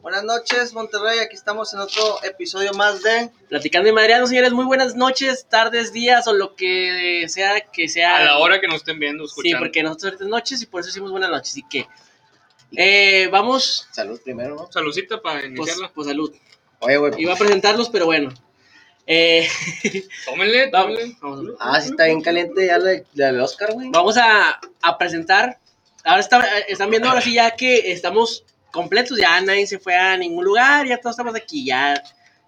Buenas noches, Monterrey. Aquí estamos en otro episodio más de. Platicando y madreando, señores, muy buenas noches, tardes, días o lo que sea que sea. A la hora que nos estén viendo, Sí, escuchando. porque nosotros ahorita es noches y por eso decimos buenas noches. Así que eh, vamos, Salud primero, ¿no? Salucita para pues, iniciarla. pues, salud. Oye, güey. Iba a presentarlos, pero bueno. Eh, Tómenle, vamos, tómenle. vamos, Ah, sí, está bien caliente ya la, la del Oscar, güey. vamos a, a presentar. Ahora está- eh, están viendo, ahora sí, ya que estamos completos, ya nadie se fue a ningún lugar, ya todos estamos aquí, ya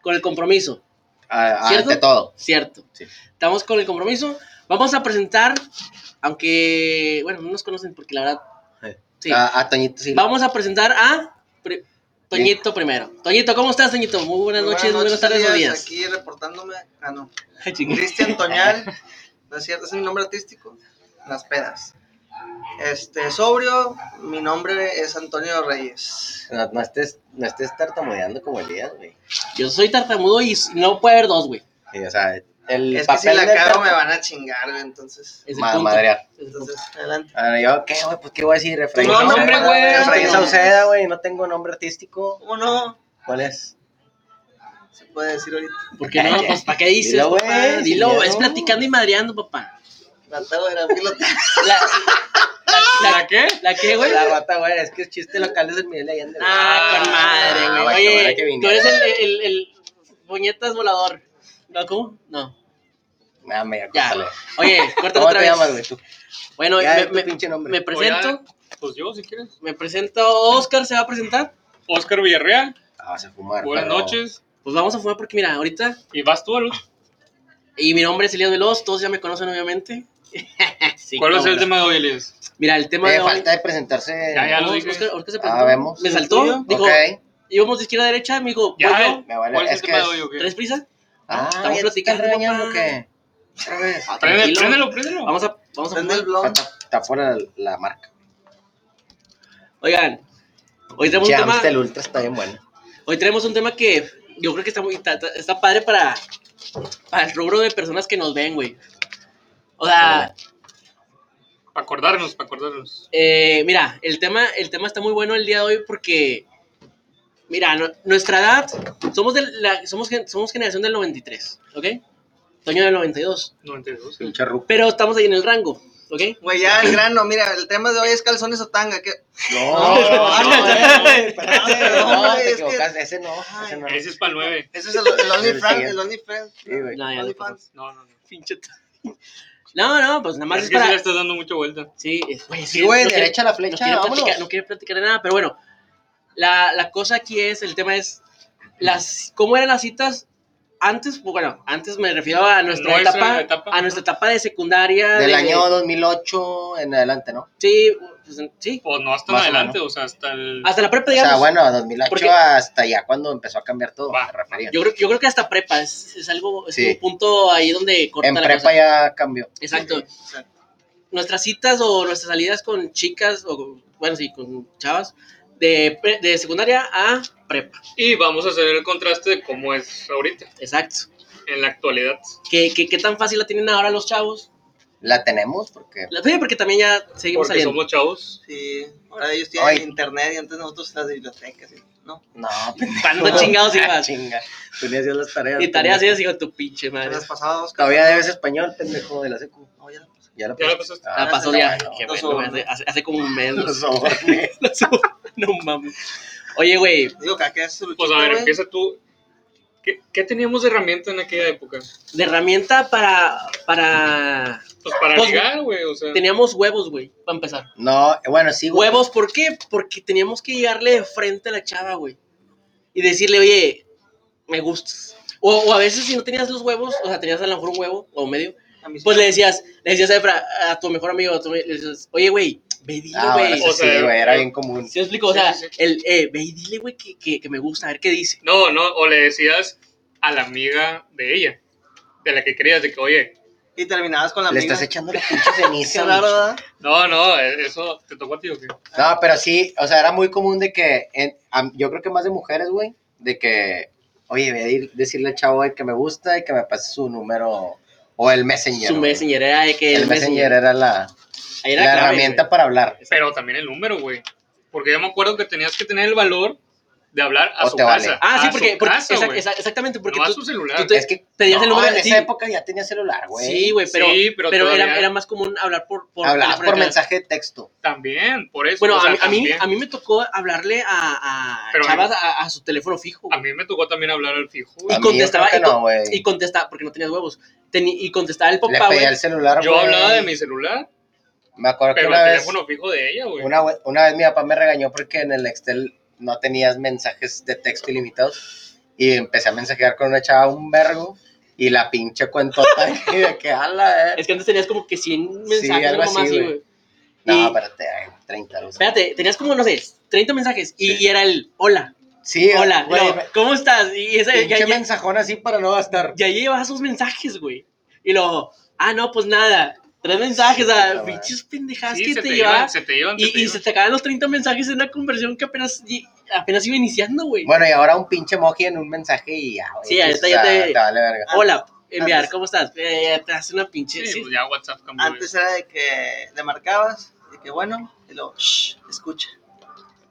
con el compromiso. Ah, ah, ¿Cierto? ante todo. Cierto. Sí. Estamos con el compromiso. Vamos a presentar, aunque, bueno, no nos conocen porque la verdad. Eh, Sí. Ah. A, a Toñito, sí. Vamos a presentar a pri- Toñito primero. Toñito, ¿cómo estás, Toñito? Muy buenas Muy noches, muy buenas tardes o días. Aquí reportándome. Ah, no. Ay, chingue. Cristian Toñal. No es cierto, ese es mi nombre artístico. Las pedas. Este, sobrio, mi nombre es Antonio Reyes. No, no estés, no estés tartamudeando como Elías, güey. Yo soy tartamudo y s- no puede haber dos, güey. Sí, o sea, el Es que si papel la del cago me tarta- van a chingar, güey, entonces. Este Es el Ma- punto. madrear. Entonces, adelante. Ahora yo, ¿qué, güey? Pues, ¿qué voy a decir? Efraín Tu nombre, Sauceda, güey, tu Efraín nombre. Sauceda, güey, no tengo nombre artístico. ¿Cómo no? ¿Cuál es? Se puede decir ahorita. ¿Por qué no? Pues, ¿para qué dices? Dilo, güey, papá? sin Dilo, miedo. es platicando y madreando, papá. La era pilota. La, la, ¿La qué? la- la que, güey. La rata, güey, es que el chiste local es el Miguel Allende. güey. Ah, con madre, Ah, va, güey. que va, que Oye, vine. tú eres el, el, el, puñetas volador. ¿No? ¿Cómo? No. Nah, Ah, me ya, Ya. córtale. Oye, corta ¿Cómo otra te vez. llamas, güey, tú? Bueno, Ya, me, es tu me- pinche nombre. me presento. Pues yo, si quieres. Me presento. Oscar se va a presentar. Oscar Villarreal, Ah, vas a fumar. buenas perro. noches. Pues vamos a fumar porque, mira, ahorita. Y vas tú, Alu. Y mi nombre es Elías Veloz. Todos ya me conocen, obviamente. Sí, ¿Cuál va a ser el cómo no. tema de hoy, Elias? Mira, el tema Eh, de hoy. falta de presentarse. Ya, ya. No, lo dije. Oscar- Oscar se Ah, presentó. vemos. Me saltó. ¿Tuyo? Dijo, Ok. íbamos de izquierda a derecha. Me dijo, Ya, voy yo. eh. Me vale. ¿Cuál es el es que tema de es- hoy o qué? ¿Traes prisa? Ah, Estamos ya te estás platicando, regañando, papá. ¿qué? Otra vez. Ah, Prende- tranquilo. Préndelo, préndelo. Vamos a, vamos a Prende el fumar. blog. Falta- Tapó la, la marca. Oigan, hoy tenemos Che, un tema. Amstel Ultra está bien bueno. Hoy tenemos un tema que yo creo que está muy está, está padre para, para el rubro de personas que nos ven, güey. O sea, Para acordarnos, para acordarnos. eh, mira, el tema, el tema está muy bueno el día de hoy porque, mira, no- nuestra edad, somos, de la, somos, gen- somos generación del 93, ¿ok? Toño del 92, 92. Un charruco. pero estamos ahí en el rango, ¿ok? Güey, ya el grano, mira, el tema de hoy es calzones o tanga. Que... No, no, no, no, eh, espérate, Perdón, no, güey, te es que- equivocaste, ese no, ese no. Ese es para el 9. Ese es el, el OnlyFans, Sí, el OnlyFans. Sí, güey. No, Ah, ya, OnlyFans. No, no, no. pinche t- No, no, pues nada más es es que sí le para... estás dando mucha vuelta. Sí, es- güey, Sí, eh, güey, no quiere- derecha a la no flecha, quiere, vámonos. platicar, no quiere platicar de nada, pero bueno, la, la cosa aquí es, el tema es, las, ¿cómo eran las citas antes? Bueno, antes me refiero a nuestra, Nuestra etapa, etapa. a nuestra etapa de secundaria. Del de- año 2008 en adelante, ¿no? Sí, pues, sí, O no hasta en Más o adelante, o sea, hasta el. hasta la prepa, O digamos. sea, bueno, Porque- 2008 hasta ya cuando empezó a cambiar todo, Va. me refería. yo, creo, yo creo que hasta prepa es, es algo, es Sí. un punto ahí donde corta En la prepa cosa. ya cambió. Exacto. Exacto. Nuestras citas o nuestras salidas con chicas, o con- bueno, sí, con chavas, de, pre- de secundaria a prepa. Y vamos a hacer el contraste de cómo es ahorita, Exacto. en la actualidad. ¿Qué, qué, qué tan fácil la tienen ahora los chavos? La tenemos porque La tuya porque también ya seguimos Porque saliendo. somos chavos. Sí, ahora ellos tienen Ay. internet y antes nosotros las bibliotecas. ¿sí? No, no, pendejo. Cuando chingados Ah, ibas. chinga. Tú ni hacías las tareas. Y tareas pendejo. así, hijo de tu pinche ¿te madre. las pasaba Oscar? Todavía debes español, pendejo de la secu. No, ya la pasé. Ya la Ya la pasaste. Ah, La pasó no, ya. no, Qué no bueno, soborné. güey, hace, hace como un mes. Los soborné. No soborné, no mames. Oye, güey, Digo, que aquí es su Pues luchita, a ver, güey. empieza tú. ¿Qué, qué teníamos de herramienta en aquella época? de herramienta para. para... Pues para Pues, ligar, güey, o sea. Teníamos huevos, güey, para empezar. Ah, No, bueno, sí, güey. Huevos, ¿por qué? Porque teníamos que llegarle de frente a la chava, güey. Y decirle, oye, me gustas. O, o a veces si no tenías los huevos, o sea, tenías a lo mejor un huevo o medio, A mis- pues le decías, le decías a, Efra, a tu mejor amigo, a tu- le decías, oye, güey, ve y dile, Ah, güey. bueno, O eso sí, sea, güey, era eh, bien común. ¿Sí me explico? O Sí, sea, sí, sí. el, eh, ve y dile, güey, que, que, que me gusta, a ver qué dice. No, no, o le decías a la amiga de ella, de la que querías, de que, oye, Y terminabas con la Le amiga. estás echando la pinche Qué ceniza. raro, güey. ¿verdad? no, no, e- eso te tocó a ti o qué. No, pero sí, o sea, era muy común de que, en- am- yo creo que más de mujeres, güey, de que, oye, voy a ir- decirle al chavo güey, que me gusta y que me pase su número o el messenger. Su güey. messenger era de que El messenger era la, ahí era la clave, herramienta güey. para hablar. Pero también el número, güey. Porque yo me acuerdo que tenías que tener el valor de hablar a O su te vale. casa. Ah, sí, a porque, su porque casa, exact- güey. exact- exactamente, porque no a tú, su celular. tú te- es que pedías el no, número en de ti. esa época ya tenía celular, güey. Sí, güey, pero, Sí, pero pero era, todavía- era más común hablar por, por Hablabas teléfono por acá. mensaje de texto. También, por eso. Bueno, o sea, a, mí- a mí, también. a mí me tocó hablarle a, a Pero a mí- chavas a, a su teléfono fijo. A güey. mí me tocó también hablar al fijo. güey. A Y mí yo contestaba, creo y, que con- no, güey. y contestaba, porque no tenías huevos. Teni- y contestaba el Le papá, güey. pedía el Ah, celular, Yo güey. hablaba de mi celular, Me acuerdo que pero una el vez, teléfono fijo de ella, güey. una, we- una vez mi papá me regañó porque en el Excel no tenías mensajes de texto ilimitados. Y empecé a mensajear con una chava un vergo. Y la pinche cuentota que- de que ala, eh. Es que antes tenías como que 100 mensajes algo o así, más así, güey. güey. No, Y- espérate, ay, 30. no sé. Espérate, tenías como, no sé, 30 mensajes y, Sí. y era el hola, Sí, hola, güey, no, ¿cómo estás? Y ese, ya, pinche ya, mensajón así para no gastar. ya llevas sus mensajes, güey. Y luego, ah, no, pues nada, tres mensajes, a cabrón. pinches pendejadas Sí, que se te, te, iban, llevas. se te iban, se te Y, y iban. se te acaban los 30 mensajes en una conversión que apenas, y- apenas iba iniciando, güey. Bueno, y ahora un pinche moji en un mensaje y ya, güey. Sí, ya está, o ya sea, te- vale verga. Hola, enviar, antes- ¿cómo estás? Eh, te hace una pinche. Sí, sí. pues ya WhatsApp cambió. Antes era de que le marcabas, de que bueno, y luego, shh, escucha.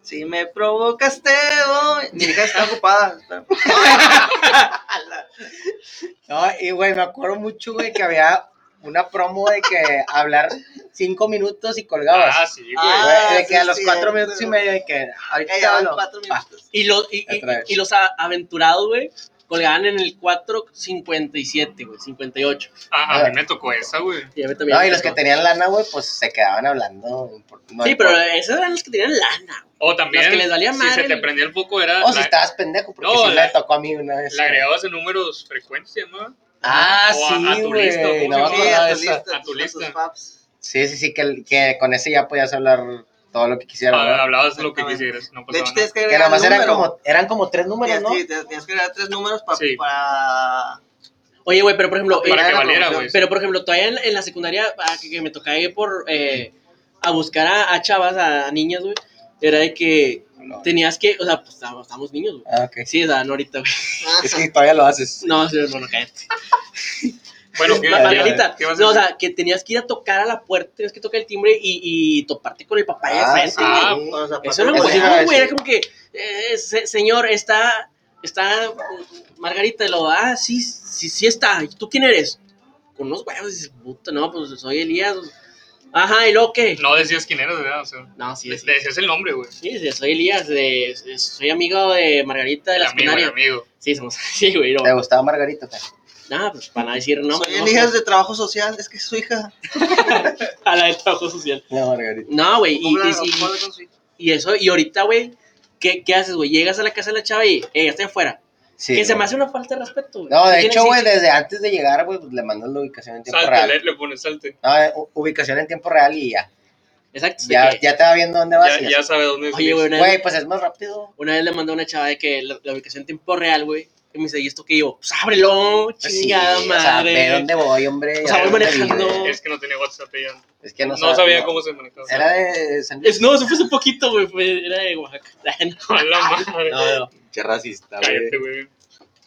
Si me provocaste hoy. Mi hija está ocupada. pero- No, y güey, me acuerdo mucho, güey, que había una promo de que hablar cinco minutos y colgabas. Ah, sí, güey. Ah, Güey, de que sí, a los sí, cuatro eh, minutos y medio Ah. de que ahorita Ya llevan hablo. cuatro Pa. minutos. Y los, y, y- Otra vez. y los a- aventurados, güey, colgaban en el 4.57, güey, 58. Ah, a, a mí me tocó esa, güey. Y a mí también No, y me los tocó. que tenían lana, güey, pues se quedaban hablando. no sí, pero importa. esos eran los que tenían lana. güey. O también, Los que les valía si madre se te el- prendía el foco, era. O si la- estabas pendejo, porque No, sí la- me tocó a mí una vez. La agregabas en números frecuentes, se llamaba. Ah, o a- a sí, tu lista, güey. ¿cómo No se llama? me acordaba de Sí, esa. lista, a tu tus lista. paps. Sí, sí, sí, que, que con ese ya podías hablar todo lo que quisieras. Ah, ¿verdad? Hablabas lo que Exactamente. quisieras, no De pasaba hecho, nada. tienes que Que agregar nada más eran número. como, eran como tres números, Tienes- ¿no? sí, tienes tienes que agregar tres números pa- Sí. para... Oye, güey, pero por ejemplo, Para eh, Para que era la valiera, promoción. güey. pero por ejemplo, todavía en, en la secundaria, ah, que, que me tocaba ir por eh, a buscar a, a chavas, a, a niñas, güey, era de que tenías que, o sea, pues estábamos, estábamos niños, güey. Ah, ok. Sí, o sea, no ahorita, güey. Es que todavía lo haces. No, sí, no, no, cállate. Bueno, ¿qué, Ma- ya, Margarita, qué vas a no, o decir? sea, que tenías que ir a tocar a la puerta, tenías que tocar el timbre y, y toparte con el papá, ya sabes. sí. Ah, Con los zapatos. Eso era Eso muy sí iba a común, güey, decir. era como que, eh, se- señor, está, está Margarita, y lo, ah, sí, sí, sí está, ¿Y ¿tú quién eres? Con unos huevos, dices, puta, no, pues soy Elías. Ajá, ¿y luego qué? No decías quién eras, ¿verdad? O sea, No, sí, le- sí. le decías el nombre, güey. Sí, sí, soy Elías, de, soy amigo de Margarita de El la amigo, el secundaria. amigo. Sí, somos sí, güey, no. ¿Te gustaba Margarita? güey? Nada, pues para no decir no. Soy no, Elías de trabajo social, es que es su hija. A la de trabajo social. No, Margarita. No, güey, y, Habla- y- y- habla con su hija. y eso, y ahorita, güey, ¿qué, qué haces, güey? Llegas a la casa de la chava y, eh, ya estoy afuera. Sí, que se me güey. hace una falta de respeto, güey. No, de Sí, hecho, sí, güey, sí. desde antes de llegar, güey, pues le mandas la ubicación en tiempo Salte, real. le, le pones salte. No, eh, u- ubicación en tiempo real y ya. Exacto. de Ya, que- ya te va viendo dónde vas. Ya, y ya así. sabe dónde es. Oye, güey, una, Güey, pues es más rápido. una vez le mandé a una chava de que la, la ubicación en tiempo real, güey. Y me dice, ¿y esto qué? Y yo, pues ábrelo, Pues chingada sí, o sea, madre. ve dónde voy, hombre. O y sea, a voy dónde manejando. vive. Es que no tenía WhatsApp ella. Es que no, No sabe- sabía no. cómo se manejaba. Era de San Luis. Es- no, eso fue hace poquito, güey. fue- Era de Oaxaca. A la madre. No, no. Qué racista, Cállate, güey.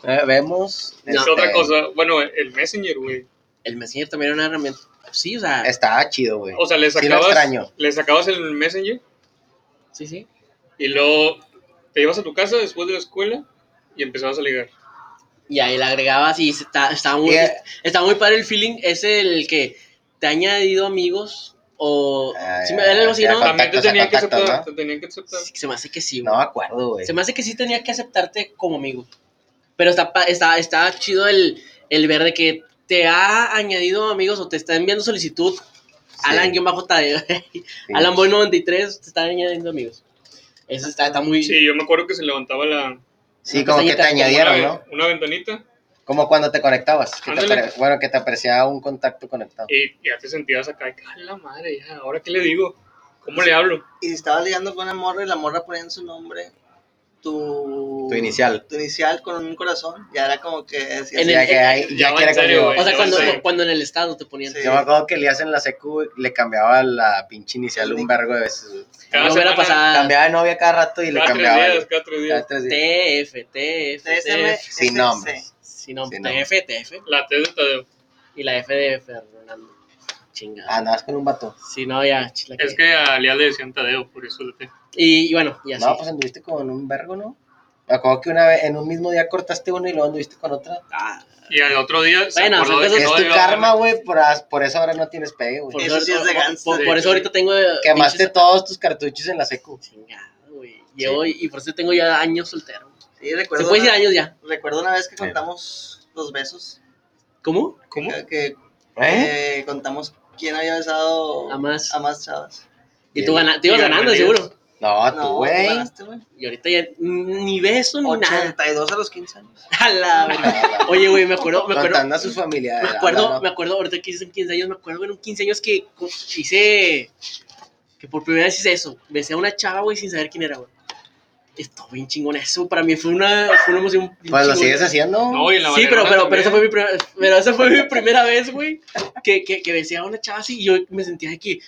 güey. Eh, vemos. No. ¿Qué este, otra cosa? Bueno, el Messenger, güey. El Messenger también era una herramienta. Sí, o sea, Estaba chido, güey. O sea, le Sí lo sacabas, extraño. le sacabas el Messenger sí, sí. y luego te ibas a tu casa después de la escuela y empezabas a ligar. Y ahí la agregabas y se está, estaba muy, Yeah. está muy padre el feeling. Es el que te ha añadido amigos o... Ah, sí, ya, me era algo así, ya, ¿no? También contactos, te a tenían que contactos, aceptar. ¿no? Te tenían que aceptar. Sí, Se me hace que sí, güey. No me acuerdo, güey. Se me hace que sí tenía que aceptarte como amigo. Pero está, pa- está, está chido el, el ver de que te ha añadido amigos o te está enviando solicitud. Alan-JD. Sí. Alan Boy 93 te está añadiendo amigos. Eso está, está muy... Sí, yo me acuerdo que se levantaba la, Sí, como que Pestañita, te como una, añadieron, ve- ¿no? una ventanita Como cuando te conectabas. que te Ándale. apare- bueno, que te apreciaba un contacto conectado. y ya te sentías acá. y que, A la madre, ya, ¿ahora qué le digo? ¿Cómo le hablo? Y si estabas ligando con una morra y la morra ponía en su nombre tu... Tu inicial. Tu inicial con un corazón, ya era como que... decías, En el- ya que hay- ya ya va quiere en serio, conmigo. O sea, Yo cuando, sé. cuando en el estado te ponían... Sí. Yo me acuerdo que Elías en la secu le cambiaba la pinche inicial un vergo de veces. güey. Cada no hubiera semana, pasado... Cambiaba de novia cada rato y le Cada tres cambiaba. días, el- cada tres cada días. tres días. TF, TF, TSM, TF. Sin SC. nombres. Sí, no, Sí, no. TF, TF. La T de Tadeo. Y la F de Fernando. Chinga. Andabas con un vato. Si no, ya... chila Es que- que a Lía le decían Tadeo, por eso la T. Y, y bueno, y así. No, pues anduviste con pues un vergo, ¿no? Me acuerdo que una vez, en un mismo día cortaste uno y luego anduviste con otra. Ah, Y al otro día se Bueno, acordó de pues que es no tu debió karma, haberlo- güey, por, as- por eso ahora no tienes pegue, por güey. Eso eso, sí es de gangster. por- por eso ahorita tengo. eh, Quemaste pinches- todos tus cartuchos en la secu. Chingado, güey. Llevo y por eso tengo ya años soltero. Sí, Se recuerdo. puede decir una- años ya. Recuerdo una vez que Sí. contamos los besos. ¿Cómo? ¿Cómo? Que, que- ¿Eh? que contamos quién había besado A más. a más chavas. Y tú Ah, Bien. gana- te ibas Y ganando, bienvenidos. seguro. No, tú, güey. ganaste, güey. Y ahorita ya mm, ni beso ni nada. 82 a los 15 años. A la verga. Oye, güey, me acuerdo, me acuerdo. Contando a sus familiares. Me acuerdo, no, no. me acuerdo, ahorita que hice 15 años, me acuerdo en un 15 años que co- hice. Que por primera vez hice eso. Besé a una chava, güey, sin saber quién era, güey. Estuvo bien chingón eso. Para mí fue una, fue una emoción. bien Pues lo chingona. sigues haciendo. No, y en la Sí, pero, pero, Valderrama pero, esa fue también. mi primera, pero esa fue mi primera vez, güey, que, que, que besé a una chava así y yo me sentía de que,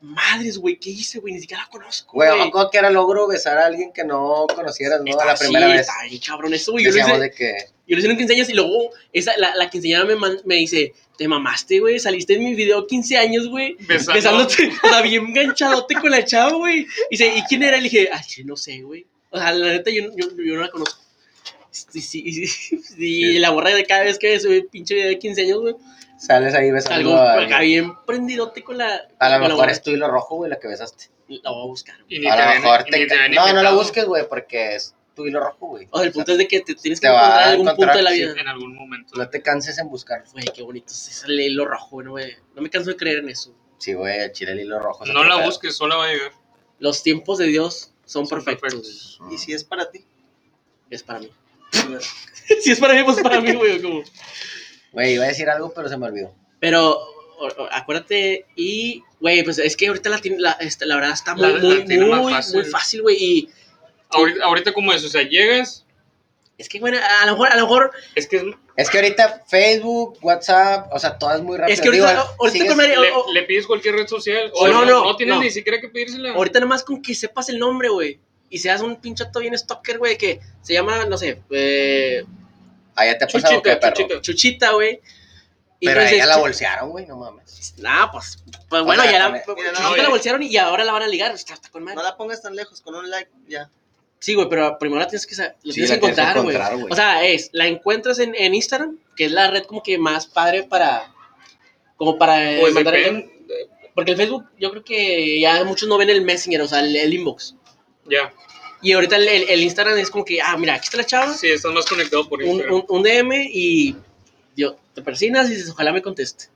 madres, güey, ¿qué hice, güey? Ni siquiera la conozco, Güey, güey. me acuerdo que era logro besar a alguien que no conocieras, ¿no? Estaba la así, primera vez. estaba bien cabrón eso, güey. Yo lo hice, Decíamos de que. yo lo hice en un 15 años y luego esa, la, la quinceañera me, man- me dice, te mamaste, güey, saliste en mi video 15 años, güey. Besando. Besándote, o sea, bien enganchadote con la chava, güey. Y dice, ¿y quién era? Le dije, ay, no sé, güey. O sea, la neta, yo, yo, yo no la conozco. Y, sí, sí, y la borra de cada vez que sube pinche video de 15 años, güey. Sales ahí besando Algo a por acá alguien. bien prendidote con la. A con lo la mejor borra. es tú y lo rojo, güey, la que besaste. La voy a buscar. Y ni a te lo ven- mejor y te... ni te ven No, no la invitado busques, güey, porque es tu hilo rojo, güey. O sea, el punto es de que te tienes que Te va a encontrar en algún encontrar, punto de la sí. vida. en algún momento. No te canses en buscarlo. Güey, qué bonito. Se sale lo rojo, no, güey. No me canso de creer en eso. Sí, güey, el chile el hilo rojo. es No otro la pedo. busques, sola va a llegar. Los tiempos de Dios son, Son perfectos. perfectos. Y si es para ti. Es para mí. güey. si es para mí, pues para mí, güey. como- Güey, iba a decir algo, pero se me olvidó. Pero o- o- acuérdate y, güey, pues es que ahorita la, tiene- la, este, la verdad está muy, La- la muy, tiene más muy, fácil. muy fácil, güey. Y Ahorita, ahorita como es, o sea, llegas, es que, bueno, a lo mejor, a lo mejor es que es- le, Es que ahorita Facebook, WhatsApp, o sea, todas muy rápido. Es que ahorita- ahorita sigues- con Mary- o- o- le pides cualquier red social. O Sí, no, no, no, no, tienes no. ni siquiera que pedírsela. Ahorita nomás con que sepas el nombre, güey. Y seas un pinchato bien stalker, güey, que se llama, no sé, eh, Ah, ya te ha pasado que Chuchita, perro. Chuchita, Chuchita, güey. Y Pero a entonces, ella la Chu- bolsearon, güey, no mames. Nah, pues, pues bueno, sea, ya la, también- Mira, no, Chuchita oye. la bolsearon y ahora la van a ligar. Está, está con madre. No la pongas tan lejos con un like, ya. Sí, güey, pero primero la tienes que, sa- lo Sí, tienes la que tienes que encontrar, güey. encontrar, güey. O sea, es, la encuentras en, en Instagram, que es la red como que más padre para, como para eh, Pues mandar el- depende, Porque el Facebook, yo creo que ya muchos no ven el Messenger, o sea, el, el inbox. Ya, Y ahorita el, el- el Instagram es como que, ah, mira, aquí está la chava, sí, estás más conectado por un, Instagram. un- un DM y yo, te persinas y dices, ojalá me conteste.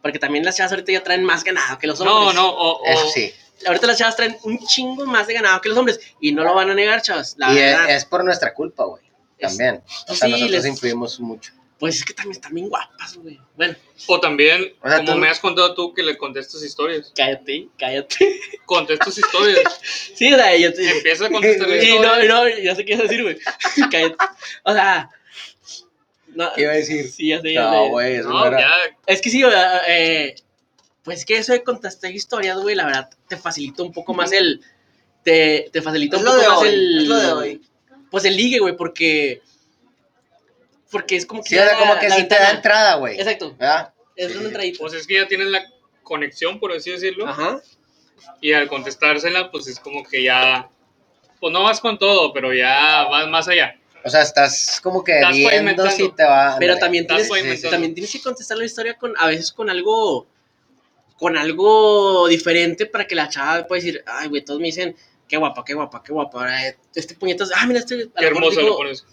Porque también las chavas ahorita ya traen más ganado que los No, hombres. no, o, o- Eso sí. Ahorita las chavas traen un chingo más de ganado que los hombres. Y no lo van a negar, chavas. La y es, verdad. es por nuestra culpa, güey. Es- También. O pues sea, sí, nosotros les- influimos mucho. Pues es que también están bien guapas, güey. Bueno, o también, O sea, como tú- me has contado tú, que le contestas historias. cállate, cállate. Contestas historias. Sí, o sea, yo te... Empieza a contestar Y no, historias. y no, ya sé qué ibas a decir, güey. cállate. O sea... No, ¿Qué iba a decir? Sí, ya sé, ya sé. No, güey, eso no No, era. ya, Es que sí, ¿verdad? Eh, pues es que eso de contestar historias, güey, la verdad, te facilita un poco más el. Te, te facilita Es un lo poco de más hoy. el. Es lo de hoy. Pues el ligue, güey, porque. Porque es como que. Sí, o sea, ya como que la sí te da ventana- entrada, güey. Exacto, ¿Verdad? es Sí. una entradita. pues es que ya tienes la conexión, por así decirlo. Ajá. Y al contestársela, pues es como que ya. Pues no vas con todo, pero ya vas más allá. O sea, estás como que Estás viendo pavimentando. si te va. Pero ándale. también Estás tienes, pavimentando. también tienes que contestar la historia con, a veces con algo. Con algo diferente para que la chava pueda decir, ay, güey, todos me dicen, qué guapa, qué guapa, qué guapa. ahora, eh, Este puñetazo, ah, mira, este. a Qué lo mejor hermoso dijo- le pones.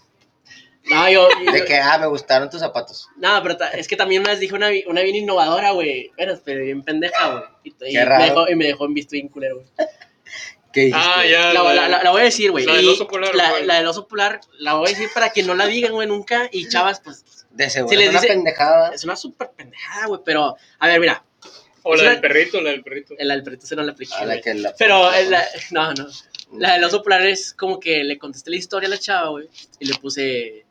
No, yo. yo- De que, ah, me gustaron tus zapatos. No, pero ta- es que también una vez dije una, bi- una bien innovadora, güey. Pero, pero bien pendeja, güey. Y, y Qué me raro. dejó, y me dejó en visto bien culero, güey. ¿Qué dijiste? Ah, güey? ya. La, la- la- la voy a decir, güey. La del y oso polar, La, güey. la del oso polar, la voy a decir para que no la digan, güey, nunca. Y chavas, pues, De seguro. Si es les una dice- pendejada. es una súper pendejada, güey. Pero, a ver, mira. O la es del una- perrito, la del perrito. El alberto se no la apliqué, A la güey. que la- Pero, el- la- no, no. La del oso polar es como que le contesté la historia a la chava, güey. Y le puse,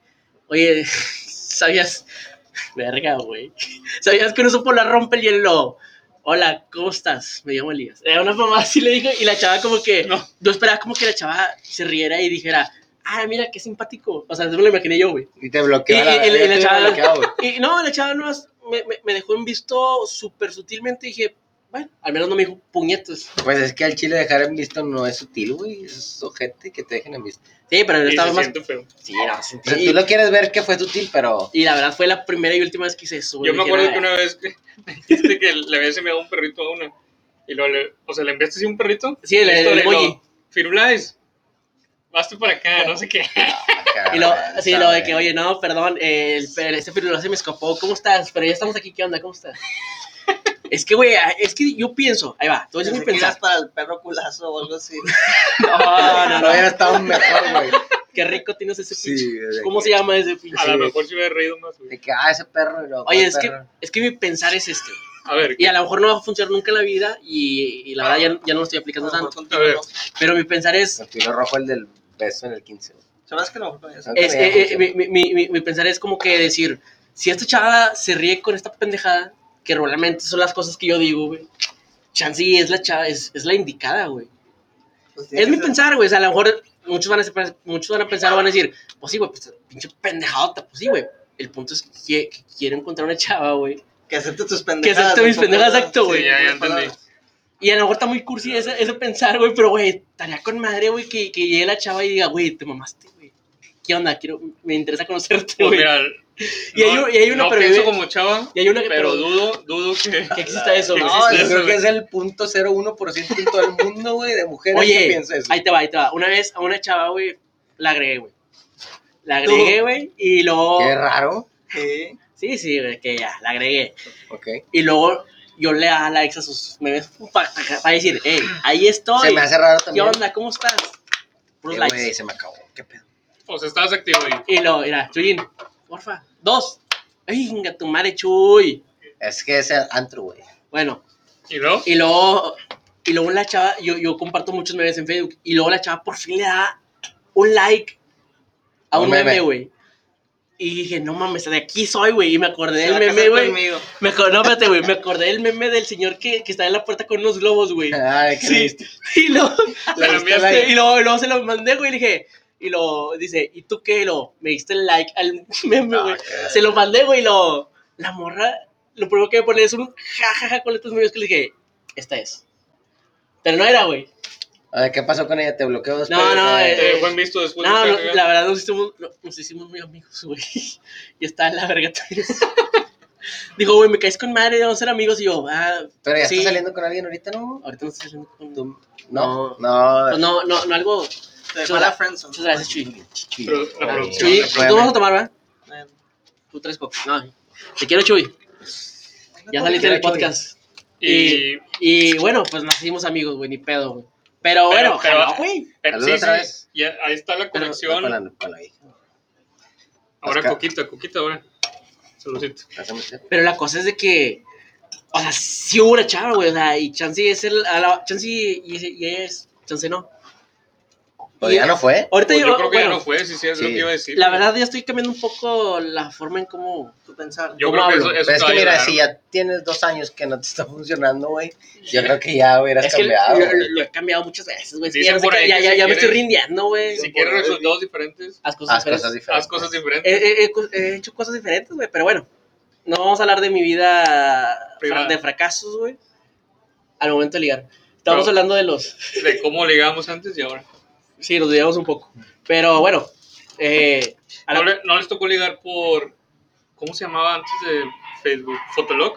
oye, ¿sabías? Verga, güey. ¿Sabías que un oso polar rompe el hielo? Hola, ¿cómo estás? Me llamo Elías. Era una mamá así le dijo y la chava como que, No. yo esperaba como que la chava se riera y dijera, ah, mira, qué simpático. O sea, eso me lo imaginé yo, güey. Y te bloquea. Y- la- y- y la- yo y la te chava- bloqueaba, güey. Y no, la chava nomás me, me- me dejó en visto súper sutilmente. Dije, bueno, al menos no me dijo puñetas. Pues es que al chile dejar en visto no es sutil, güey. Es ojete que te dejen en visto. Sí, pero yo Y estaba se más. siente feo. Sí, no, O sea, sentí- tú lo quieres ver que fue sutil, pero. Y la verdad fue la primera y última vez que hice eso. güey. Yo me Dije, acuerdo "Nah". que una vez que, dijiste que le habías enviado un perrito a una. Y lo, le, o sea, le enviaste así un perrito. Sí, el- el Esto le- emoji. lo- Firulais, vas tú para acá, no sé qué. Y lo, Cabrón, sí, lo de Ah, sabe. que, oye, no, perdón, eh, el, per- este firulón se me escapó. ¿Cómo estás? Pero ya estamos aquí, ¿qué onda? ¿Cómo estás? es que, güey, ah, es que yo pienso, ahí va, todo es mi Pensé que ibas pensar. para el perro culazo o algo así. No, no, No no, hubiera estado mejor, güey. qué rico tienes ese Sí, pinche. de ¿Cómo que- se llama ese pinche? A lo Sí. mejor se hubiera reído más. güey. De que, ah, ese perro. y luego, Oye, ¿cuál es que, perro? es que mi pensar es este. A ver, Y a lo mejor no va a funcionar nunca en la vida y, y la verdad ya, ya no lo estoy A lo aplicando mejor tanto. contigo no. Pero mi pensar es, El tiro rojo, el del beso en el 15. güey. Se me hace que no, no, ya sé. es- eh, eh, mi, mi- mi- mi- mi pensar es como que decir, si esta chava se ríe con esta pendejada, que realmente son las cosas que yo digo, güey. Chancy es la chava, es, es la indicada, güey. Pues tiene Es que mi ser- pensar, güey. O sea, a lo mejor muchos van a, ser- muchos van a pensar o van a decir, pues sí, güey, pues pinche pendejadota, pues sí, güey. El punto es que, quie- que quiero encontrar una chava, güey. Que acepte tus Que pendejadas. acepte mis un poco, pendejadas, ¿no? exacto, güey. Sí, ya, ya Buenas entendí. palabras. Y a lo mejor está muy cursi ese, ese pensar, güey, pero, güey, estaría con madre, güey, que, que llegue la chava y diga, güey, te mamaste, güey. ¿Qué onda? Quiero, me interesa conocerte, pues güey. mira, Y hay un- y hay uno, no pero pienso vive- como chava, y hay una que, pero pero, dudo, dudo que... que exista eso, que güey. No, yo eso, creo que güey. es el punto 0.01% en todo el mundo, güey, de mujeres que Oye, piensa eso. ahí te va, ahí te va. Una vez a una chava, güey, la agregué, güey. La agregué, güey, y luego... Qué raro. Sí. Sí, sí, güey, que ya, la agregué. Ok. Y luego yo le da likes a sus memes para decir, hey, ahí estoy. Se me hace raro ¿Qué también. onda? ¿Cómo estás? Puros Eh, likes. güey, se me acabó. ¿Qué pedo? O sea, estabas activo ahí. Y luego, mira, Chuyín, porfa, dos. Ay, venga, tu madre, Chuy. Es que ese antro, güey. Bueno, ¿Y luego? y luego, y luego la chava, yo, yo comparto muchos memes en Facebook, y luego la chava por fin le da un like a Un un, meme, meme. güey. Y dije, no mames, de aquí soy, güey. Y me acordé Se va del a casar meme, güey. conmigo. Me acordé, no, espérate, güey. Me acordé del meme del señor que, que está en la puerta con unos globos, güey. Ay, qué Sí. listo. Y luego, Te lo diste enviaste. y luego, y luego se lo mandé, güey, y le dije, y lo dice, ¿y tú qué? Lo, me diste el like al meme, Ah, güey. qué- se lo mandé, güey, y lo, la morra, lo primero que me pone es un jajaja con estos medios que le dije, esta es. Pero no era, güey. Ay, ¿Qué pasó con ella? ¿Te bloqueó después? No, no, Ay, eh, Te dejó en visto después No, de no, que- la verdad nos hicimos, no, nos hicimos muy amigos, güey. Y está en la verga también. Dijo, güey, me caes con madre, vamos a ser amigos. Y yo, ah, Pero ya sí. estás saliendo con alguien ahorita, ¿no? ahorita no estoy saliendo con... Tú- No. No, no. Pues no, no, no, algo... Te dejó la friendzone. Muchas gracias, Chuy. Chuy. Pero la Ay, producción, Chuy, la Chuy, ¿tú vas a tomar, va? Eh, Tú tres copas. No, te quiero, Chuy. Ya saliste del Chuy. podcast. Y... Y bueno, pues nos hicimos amigos, güey, ni pedo, güey. Pero Pero- bueno, pero- jaló, güey. pero Saluda sí, otra sí, vez. y ahí está la conexión. Con la- con la hija. Ahora Acá. Coquita, Coquita, ahora. Saludcita. Hacemos eso. Pero la cosa es de que, o sea, sí hubo una chava, güey, o sea, y Chansey es el, a la, Chansey y, y ella es, Chansey no. Pues ya no fue. Ahorita Pues yo, yo creo que ya bueno, no fue, si sí, es lo Sí. que iba a decir. la verdad ya estoy cambiando un poco la forma en cómo, Tu pensar. yo ¿cómo creo que hablo? eso, eso Pero es te va que a mira, ayudar. si ya tienes dos años que no te está funcionando, güey, yo creo que ya hubieras es que lo, cambiado. güey. lo he cambiado muchas veces, güey, es que Dicen ya, no sé por qué- ahí ya, que ya, si ya me estoy quieres- rindiendo, güey, Si quieres resultados diferentes, haz cosas Haz diferentes. cosas diferentes. haz cosas He, diferentes. he- he co- he hecho cosas diferentes, güey, pero bueno, no vamos a hablar de mi vida fra- Privada. de fracasos, güey, al momento de ligar. Estamos Pero- hablando de los... De cómo ligábamos antes y ahora. Sí, nos olvidamos un poco. Pero bueno, eh, a la- No, le- no les tocó ligar por. ¿Cómo se llamaba antes de Facebook? ¿Fotolog?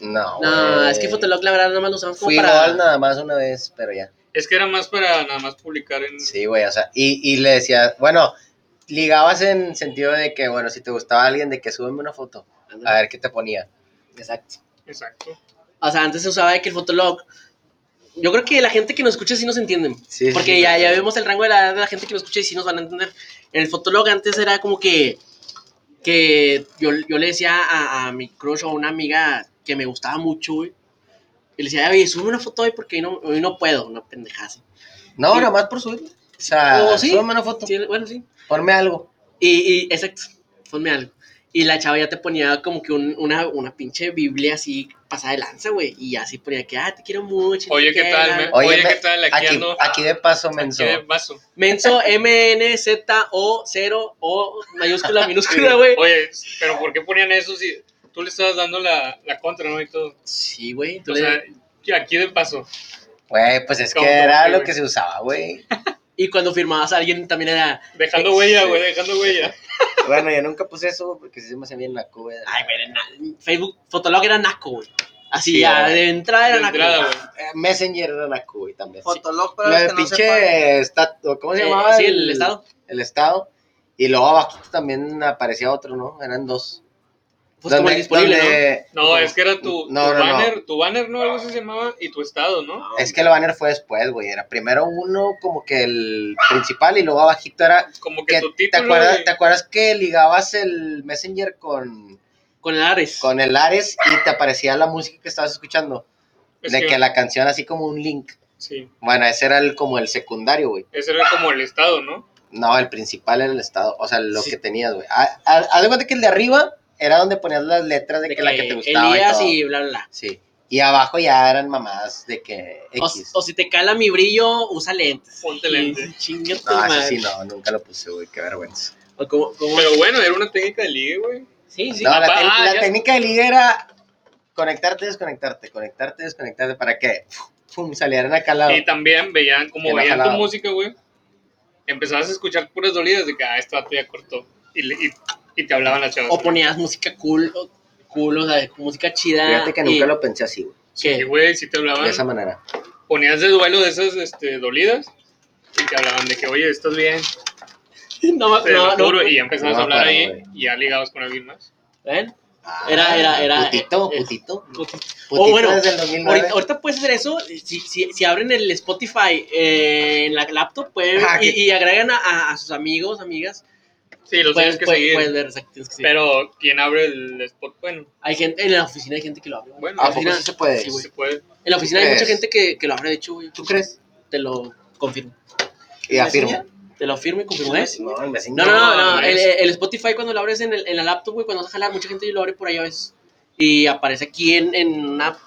No, no, güey. es que Fotolog la verdad nada más lo usamos como eh, Fui para... gol nada más una vez, pero ya. Es que era más para nada más publicar Mm. en. Sí, güey, o sea, y, y le decía, bueno, ligabas en sentido de que, bueno, si te gustaba alguien, de que súbeme una foto, a ver qué te ponía. Exacto. Exacto. O sea, antes se usaba de que el Fotolog... Yo creo que la gente que nos escucha sí nos entienden. Sí, Porque ya, ya vemos el rango de la edad de la gente que nos escucha y sí nos van a entender. En el Fotolog antes era como que... Que yo, yo le decía a, a mi crush o a una amiga que me gustaba mucho, güey. Y le decía, oye, sube una foto hoy porque hoy no, hoy no puedo, una pendejada así. No, Sí. nada más por subir. O sea, Oh, sí. súbeme una foto, Sí, bueno, sí. ponme algo. Y, y exacto, ponme algo. Y la chava ya te ponía como que un- una, una pinche Biblia así pasada de lanza, güey. Y así ponía que, ah, te quiero mucho. y Oye, te ¿qué tal? quiero". Oye, ¿qué me- tal? Aquí Aquí, ando. aquí de paso, menso. Aquí de vaso. Menso M-N-Z-O-0-O mayúscula minúscula, güey. Oye, pero ¿por qué ponían eso si tú le estabas dando la, la contra, no? Y todo. Sí, güey. tú O le- sea, aquí de paso. Güey, pues es que ¿Cómo, cómo, era qué, lo güey? que se usaba, güey. Y cuando firmabas a alguien también era. Dejando huella, güey, dejando huella. Bueno, yo nunca puse eso güey, porque sí se me hacía bien la cuba. Ay, güey, era na- Facebook, Fotolog era naco, güey. Así Sí, ya, güey. de entrada De era naco. entrada, güey. Eh, Messenger era la cuba también. Sí. Fotolog para Lo los de que no sepan. pinche estatua, ¿cómo se Eh, llamaba? sí, el estado. El estado. Y luego abajito también aparecía otro, ¿no? Eran dos. Pues como el disponible, donde- No, es que era tu, No, tu no, no. banner, tu banner, ¿no? Algo así se llamaba, y tu estado, ¿no? Es que el banner fue después, güey. Era primero uno como que el principal y luego abajito era... Como que, Que, tu ¿te, título. acuerdas, güey. ¿Te acuerdas que ligabas el Messenger con, ¿no? Con el Ares. con el Ares y te aparecía la música que estabas escuchando? Es de que la canción así como un link. Sí, Bueno, ese era el, como el secundario, güey. ese era como el estado, ¿no? No, el principal era el estado, o sea, lo Sí. que tenías, güey. Ha- ha- Haz de cuenta que el de arriba era donde ponías las letras de, de que, la que te gustaba. Elías y, todo. y bla, bla, bla. Sí. Y abajo ya eran mamadas de que O, X. o si te cala mi brillo, usa lentes. Ponte lente. Y Chinga tu no, eso madre. sí, no, nunca lo puse, güey, qué vergüenza. O como, como- Pero bueno, era una técnica de ligue, güey. sí, sí. no, la, papá, te- ah, la ya- técnica de liga era conectarte, desconectarte, conectarte, desconectarte, para que pum, salieran acá al lado. Y también veían, Que como la veían tu jalaba. música, güey, empezabas a escuchar puras dolidas de que, ah, este vato ya cortó. Y, le- y, y te hablaban las chavas. O ponías música cool, o- cool, o sea, música chida. Fíjate que nunca y- lo pensé así, güey, que- Y, güey, sí te hablaban. de esa manera. Ponías de duelo de esas este, dolidas y te hablaban de que, oye, estás bien. no, ma- Te no, lo juro. no. Y ya empezabas No, a hablar claro, ahí güey. y ya ligabas con alguien más. ¿Ven? Ah, Era- era- era- Putito, eh, putito. Putito O bueno, desde el 2009. ahorita, ahorita puedes hacer eso. Si, si, si abren el Spotify eh, en la laptop, pueden Ah, y, que- y agregan a- a, a sus amigos, amigas. Sí, los Puedes, tienes que puedes- seguir. puedes ver, exacto, tienes que seguir. Pero, ¿quién abre el spot? Bueno, Hay gente, en la oficina hay gente que lo abre. güey. Bueno, En la ¿A poco oficina- sí se puede? Ah, sí, güey. se puede. En la oficina hay ¿Tú mucha crees? gente que, que lo abre, de hecho, güey. ¿Tú crees? Te lo confirmo. Y afirmo. Te lo firmo y confirmo, ¿eh? No, el vecino. No, no, no, no, No, El, es- el Spotify cuando lo abres en, el- en la laptop, güey, cuando vas a jalar, mucha gente lo abre por ahí a veces. Y aparece aquí en, en una-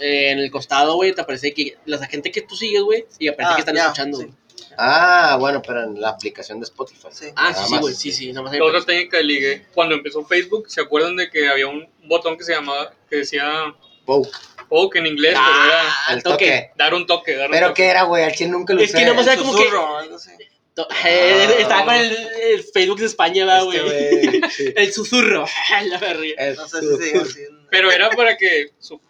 eh, en el costado, güey, te aparece que la gente que tú sigues, güey, y aparece Ah, que están ya, escuchando, sí. güey. Ah, bueno, pero en la aplicación de Spotify. Sí. Ah, Nada sí, sí, más. güey, sí, sí, nada más ahí La otra aparece. técnica de ligue, cuando empezó Facebook, ¿se acuerdan de que había un botón que se llamaba, que decía Wow, poke en inglés, pero era Ah, al toque. toque. dar un toque, dar un Pero toque. qué era, güey, al chile nunca lo Es usé. que no más- sea, como que- Susurro, algo así. To- eh, Estaba Ah. con el, el Facebook de España, va, güey. Este, güey, Eh, sí. el susurro. la verga. El No sé si se diga sur. así. en- Pero era para que, su-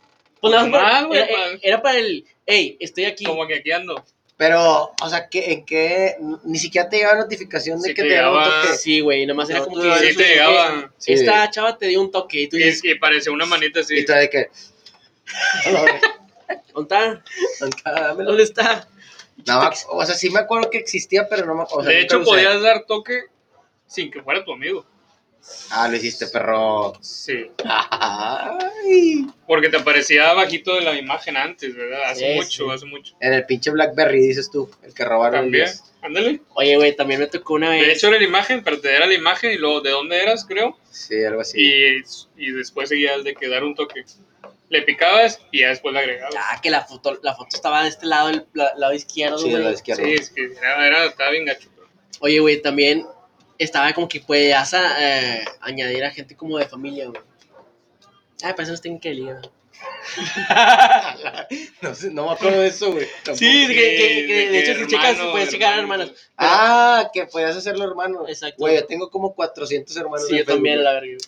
Pues nada más Mal, para- güey, era, eh, mal. era para el, hey, estoy aquí. como que aquí ando. Pero, o sea, que en qué ni siquiera te llegaba notificación de Sí que te te daba un llegaba- toque. Sí, güey, nada más era No, como tú que. eres Sí te llegaba. Sí. Esta chava te dio un toque y tú dices, Y, y parecía una manita así. Y tú de que ¿dónde está? Dámelo. ¿Dónde está? No, o sea, sí me acuerdo que existía, pero no me acuerdo. de hecho, podías dar toque sin que fuera tu amigo. Ah, lo hiciste, perro. Sí. Ay. Porque te aparecía bajito de la imagen antes, ¿verdad? Hace Sí, mucho, sí. hace mucho. En el pinche Blackberry, dices tú, el que robaron. También. ellos. Ándale. Oye, güey, también me tocó una vez. De hecho, era la imagen, pero te era la imagen y luego de dónde eras, creo. Sí, algo así. Y, y después seguía el de que dar un toque. Le picabas y ya después le agregabas. Ah, que la foto, la foto estaba de este lado, el la- lado izquierdo, Sí, de güey. la izquierda. Sí, es que era, era- estaba bien gacho. bro. Oye, güey, también estaba como que podías a- eh, añadir a gente como de familia, güey. Ay, para eso no tengo que ligar. No, sé, no me acuerdo de eso, güey. tampoco. Sí, de que, que- que- de de que hecho, si checas, hermano, puedes checar a hermano. hermanos. Ah, que podías hacerlo, hermano. Exacto. Güey, yo tengo como 400 hermanos. Sí, en yo Facebook, también, güey. la verga. güey.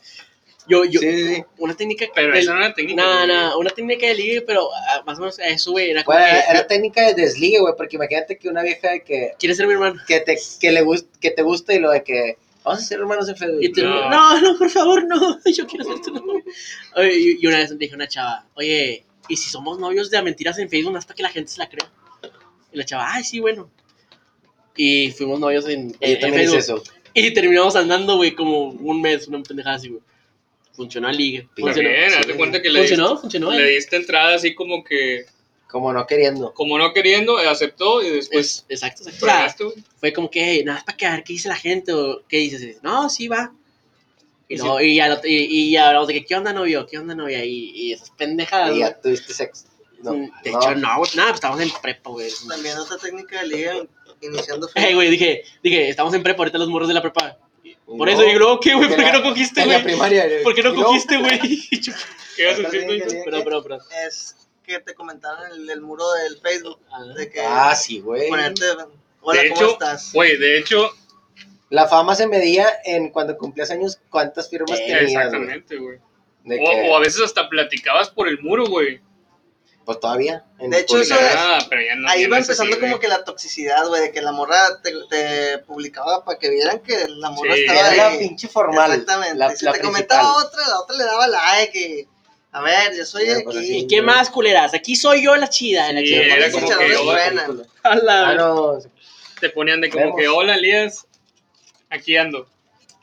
Yo, yo, Sí, sí, sí. una técnica que. Pero del- esa no era técnica. Nada, güey. nada, una técnica de ligue, pero ah, más o menos a eso, güey, era como Bueno, que, era, era técnica de desligue, güey, porque imagínate que una vieja de que, ¿quieres ser mi hermano? que, te, que, le gust, que te gusta y lo de que vamos a ser hermanos en Facebook. Y tú, no. No. no, por favor, no, yo quiero ser tu novio. Oye, y, y una vez me dije a una chava, oye, ¿y si somos novios de a mentiras en Facebook, no hasta que la gente se la crea? Y la chava, ay, sí, bueno. Y fuimos novios en, en- Y yo en también hice Facebook. eso. Y terminamos andando, güey, como un mes, una pendejada así, güey. Funcionó el ligue. Funcionó. También, sí. haz de cuenta que le diste, Funcionó, funcionó. le eh. diste entrada así como que, Como no queriendo. como no queriendo, eh, aceptó y después. Es- Pues, exacto, exacto. O sea, fregaste, güey. fue como que, "Hey, nada, es para que a ver qué dice la gente, o qué dices. Y dices, no, sí, va. Y, no, y, ya, lo- y, y ya hablamos de que, ¿qué onda, novio? ¿Qué onda, novia? Y, y esas pendejadas. Y güey. ya tuviste sexo. No, Mm, de no. hecho, no, güey, nada, pues estamos en prepa, güey. También otra técnica de liga iniciando Eh, güey, dije, dije, estamos en prepa, ahorita los morros de la prepa. Por No. eso, y luego, ¿qué, güey? En ¿Por qué la- no cogiste, en la güey? primaria. ¿Por qué no Y luego- cogiste, güey? ¿Qué ibas a decir, También Toñito? quería- Perdón, perdón, perdón. Es, que te comentaron en el, el muro del Facebook. De que Ah, sí, güey. ponerte, hola, de ¿cómo hecho, estás? güey, de hecho, La fama se medía en cuando cumplías años cuántas firmas Eh, tenías, güey. exactamente, güey. De O, que, o a veces hasta platicabas por el muro, güey. pues todavía. en De hecho, eso publicidad. es- Ah, pero ya no. Ahí ya no va es así, empezando como güey. que la toxicidad, güey, de que la morra te, te publicaba para que vieran que la morra Sí. estaba Era ahí. la pinche formal. Exactamente. La, si la te principal. comentaba otra, la otra le daba like. y, a ver, yo soy Pero, aquí. pues, ¿Y así. qué más, culeras? Aquí soy yo la chida. La Sí, chida. era Los como chicharrones que, oye, truenan. A la Ah, no, Te ponían de como Vemos. que, hola, Elías. Aquí ando.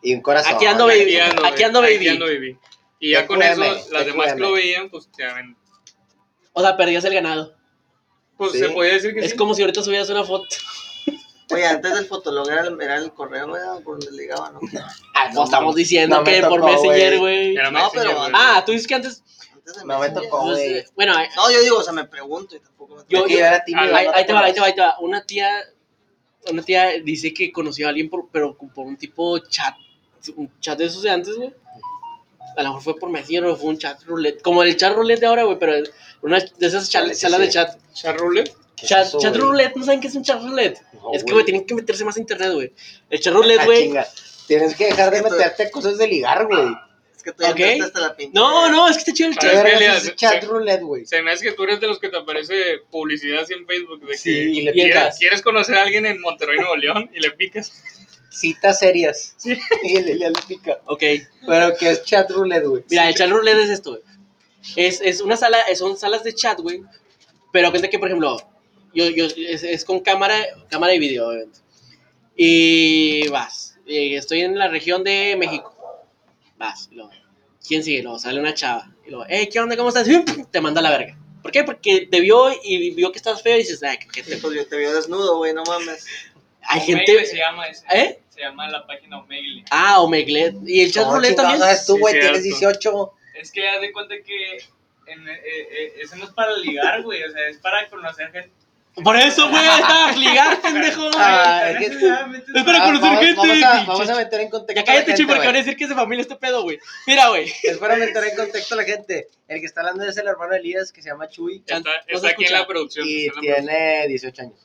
Y un corazón. Aquí ando, baby. Aquí Aquí ando, güey, ando, baby. Aquí ando, baby. Y ya con eso, TQM, las demás que lo TQM. veían, pues ya ven. O sea, perdías el ganado. Pues Sí. se podía decir que Es sí. como si ahorita subieras una foto. Oye, antes del fotolog era el, era el correo, güey, por donde ligaba, ¿no? Ah, No estamos diciendo no me que por tocó, Messenger, güey. Era No, Messenger, pero- güey. Ah, tú dices que antes. Antes de No me Messenger. tocó. pues, güey. eh, bueno, ahí, No, yo digo, o sea, me pregunto y tampoco me Yo- Yo, yo- era tímido. ahí- no ahí, ahí te va, acuerdas. ahí te va, ahí te va. Una tía, una tía dice que conoció a alguien, por- pero por un tipo chat. Un chat de esos de antes, güey. A lo mejor fue por Messenger o fue un chat roulette. Como el chat roulette de ahora, güey, pero una de esas chal- Sí, sí, salas de sí. chat. Charrule. ¿Qué es Chat, eso, chat güey? roulette, ¿no saben qué es un chat roulette? No, es que, güey. güey, tienen que meterse más a internet, güey. El chat Ah, roulette, güey. chinga. Tienes que dejar de Esto- meterte a cosas de ligar, güey. Es que tú ya Ok. entraste hasta la pinche. No, no, es que está chido el A Qué ver, chat. vergas Celia, es ese se- chat se- roulette, güey. Se me hace que tú eres de los que te aparece publicidad así en Facebook. De que Sí, y le ¿quieres, picas. ¿Quieres conocer a alguien en Monterrey, Nuevo León? Y le picas. Citas serias. Sí. Y el Elia le pica. Ok, Pero que es chat roulette, güey. mira, el chat roulette es esto, güey. Es, es una sala, es- son salas de chat, güey. Pero cuenta que, por ejemplo, yo, yo, es, es con cámara, cámara y video, obviamente. Y vas. eh, estoy en la región de México. Vas. y luego, ¿Quién sigue? Luego sale una chava. Y luego, "Ey, ¿qué onda? ¿Cómo estás? Te manda a la verga. ¿Por qué? Porque te vio y vio que estás feo y dices, ay, qué Sí, te... pues yo te veo desnudo, güey, no mames. Hay Omegle se gente... llama ese. ¿Eh? Se llama la página Omegle. Ah, Omegle. Y el chat No, roulette chingado, también. no eres tú, Sí, güey. cierto. Tienes 18. Es que haz de cuenta que en- eh, eh, eso no es para ligar, güey. O sea, es para conocer gente. Por eso, güey, estabas ligar, pendejo. Ah, Ay, no es que- se llama, entonces- Espera, Para Ah, conocer vamos, gente, Vamos a, pinche. vamos a meter en contexto. Ya a la cállate, gente, chico, porque güey. van a decir que es de familia este pedo, güey. Mira, güey. Es para meter en contexto a la gente. El que está hablando es el hermano de Elías que se llama Chuy Chan- Está, no se está aquí en escucha. la producción. y está en la tiene 18 años.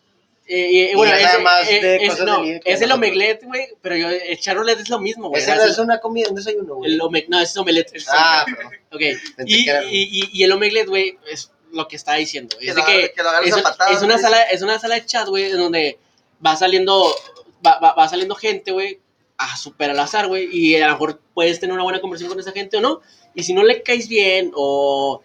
Eh, eh, Y bueno, ya es, sabe más eh, de es- cosas no, de Lid que es el nosotros. omelet, güey, pero yo, el charolet es lo mismo, güey. Ese o no sea, es una comida, un desayuno, güey. el ome- no, es omelet. Ah, perdón. Ok. Pensé Y, que era- y, y- y el omelet, güey, es lo que está diciendo. Que Es lo de agarre- que, que lo agarres es, a patadas, es una güey. sala, es una sala de chat, güey, en donde va saliendo, va, va- va saliendo gente, güey, a super al azar, güey, y a lo mejor puedes tener una buena conversación con esa gente o no. Y si no le caes bien o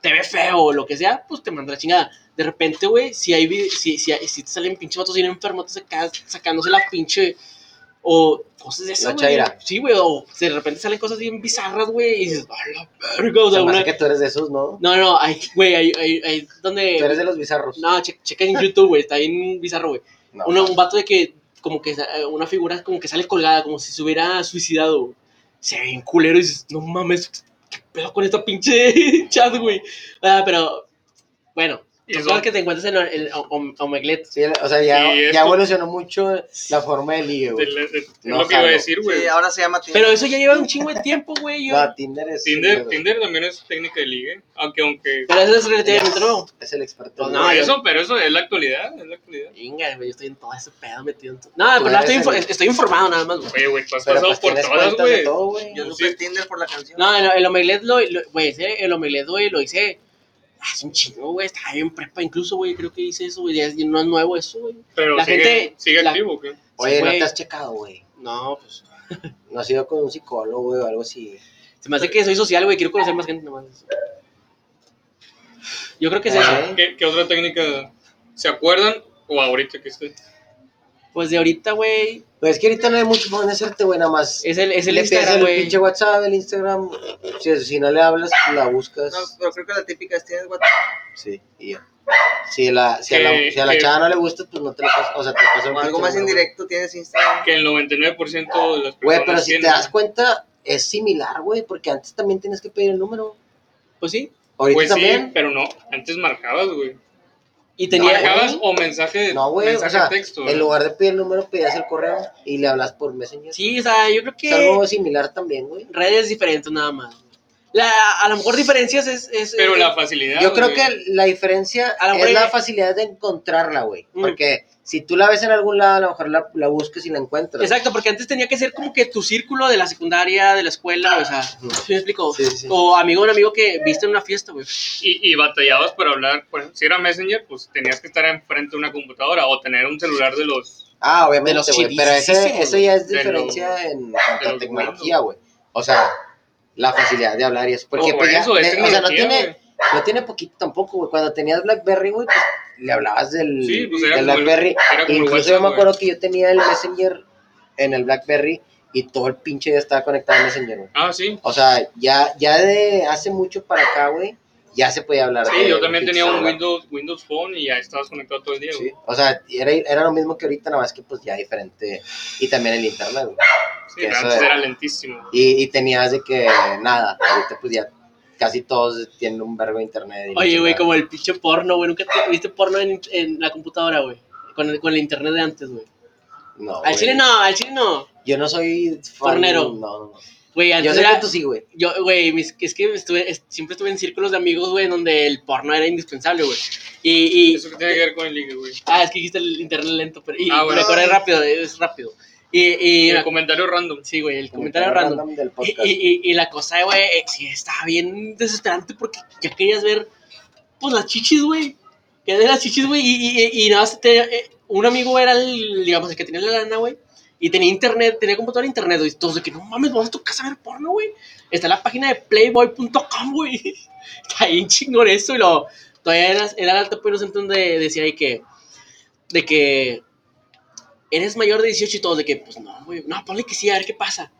te ve feo o lo que sea, pues te manda la chingada. De repente, güey, si hay vi- si, si, hay- si te salen pinche vatos bien enfermos acá sacándose la pinche o cosas de La esas, güey. chaira. Sí, güey, o de repente salen cosas bien bizarras, güey, y dices, "A la verga", o Se sea, me una- hace que tú eres de esos, ¿no? No, no, hay, güey, hay, hay, hay donde... Tú eres de los bizarros. Eh, No, che- checa en YouTube, güey, está bien bizarro, güey. No. Uno- Un vato de que, como que, sa- eh, una figura como que sale colgada, como si se hubiera suicidado, güey. Se ve bien culero y dices, no mames, qué pedo con esta pinche chat, güey. Ah, pero, bueno, Y son son- cosas que te encuentras en el, el Om- Omelet. Sí, o sea, ya, Y esto- ya evolucionó mucho la forma de ligue, güey. producción. Del- de- es No, lo que iba a jalo. ah, decir, güey. Sí, ahora se llama Tinder. Pero eso ya lleva un chingo de tiempo, güey. yo- No, Tinder es. Tinder, Tinder también es técnica de ligue. Aunque, aunque. Pero eso es relativamente nuevo. Es el experto. Pues en no, Por ligue. yo- eso, pero eso es la actualidad. Es la actualidad. Venga, güey, yo estoy en todo ese pedo metido. en todo. No, pero Tú no, estoy, eres info- el- estoy informado nada más, güey. Oye, güey, tú has Pero pasado pues por tienes todas, cuentas de güey. todo, güey. Yo Pues supe sí. Tinder por la canción. No, el, el omelet lo, lo- güey, ese- el omelet, güey, lo hice hace un chingo, güey, estaba bien prepa incluso, güey, creo que hice eso, güey, ya es- no es nuevo eso, güey. Pero La sigue, gente- sigue la- activo, ¿qué? Oye, Sí, no güey. te has checado, güey. No, pues, No has ido con un psicólogo, güey, o algo así. se me hace que soy social, güey, quiero conocer más gente nomás. Yo creo que es eso. Ajá. ¿Qué, qué otra técnica? ¿Se acuerdan? O ahorita que estoy. Pues de ahorita, güey, Pues es que ahorita no hay mucho para dónde hacerte, güey, nada más. es el, es el le pides Instagram, el güey. pinche WhatsApp, el Instagram. Si, si no le hablas, la buscas. No, pues pero creo que la típica es Tinder, WhatsApp. Sí, y ya. Si, la, si, a la, Que- si a la que- chava no le gusta, pues no te la pasas. O sea, te pasa un O algo pinche más número, indirecto tienes Instagram. Que el 99% de las personas. Güey, Güey, pero si te tienen. das cuenta, es similar, güey, porque antes también tienes que pedir el número. Pues sí, Ahorita Pues también. sí, pero no. Antes marcabas, güey. y tenía, güey. ¿Marcabas o mensaje, No, güey, o mensaje sea, de texto? pues. en ¿no? lugar de pedir el número, pedías el correo y le hablas por Messenger. sí, o sea, yo creo Es algo que similar también, güey. redes diferentes nada más. La- a lo mejor diferencias es... es- Pero es- la facilidad. Yo creo güey. que la diferencia A lo mejor es hay- la facilidad de encontrarla, güey. Mm. Porque si tú la ves en algún lado, a lo mejor la, la buscas y la encuentras. Exacto, porque antes tenía que ser como que tu círculo de la secundaria, de la escuela, o sea, ¿sí me explico? Sí, sí, sí. O amigo de un amigo que viste en una fiesta, güey. Y, y batallabas para hablar. por ejemplo, si era Messenger, pues tenías que estar enfrente de una computadora o tener un celular de los. Ah, De los obviamente, güey. Pero ese- chidisísimos, eso ya es de diferencia en cuanto a los tecnología, güey. O sea, la facilidad de hablar y eso. Porque Por pues ya, eso, es ne- o sea, no tecnología, tiene, güey. no tiene poquito tampoco, güey. Cuando tenías BlackBerry, güey, pues le hablabas del, Sí, pues, era del como el- BlackBerry. era como el Incluso WhatsApp, yo me güey. acuerdo que yo tenía el Messenger en el BlackBerry y todo el pinche día estaba conectado al Messenger, güey. Ah, sí. O sea, ya, ya de hace mucho para acá, güey, ya se podía hablar. Sí, de- yo también de tenía un celular. Windows, Windows Phone y ya estabas conectado todo el día, güey. Sí, O sea, era, era lo mismo que ahorita, nada más que pues ya diferente. Y también el internet, güey. Sí, que pero eso antes era. era lentísimo. Y, y tenías de que nada, ahorita pues ya casi todos tienen un verbo de internet. y la Oye, güey, chingada. como el pinche porno, güey. Nunca te- viste porno en, en la computadora, güey. Con el, con el internet de antes, güey. Al No, Ah, güey. chile no, al chile no. Yo no soy fan. Pornero. No, no, no. Güey, antes Yo sé era- que tú sí, güey. Yo, güey, mis- es que estuve, es- siempre estuve en círculos de amigos, güey, en donde el porno era indispensable, güey. Y, y- Eso que tiene que ver con el ligue, güey. Ah, es que dijiste el internet lento, pero... Y Ah, bueno. me acordé rápido, es rápido. Y... y El comentario random. sí, güey, el comentario random. del Y, podcast. y- y- y la cosa, güey, eh, sí, estaba bien desesperante porque ya querías ver, pues, las chichis, güey. Querías ver las chichis, güey, y, y- y- y nada más te- eh, un amigo era el, digamos, el que tenía la lana, güey, y tenía internet, tenía computadora e internet, güey, y todos de que, no mames, vamos a tu casa a ver porno, güey. Está en la página de playboy.com, güey. Está bien chingón eso, y lo, todavía era, era alto pero inocente donde decía ahí que, de que eres mayor de 18 y todos de que, pues, no, güey, no, ponle que sí, a ver qué pasa.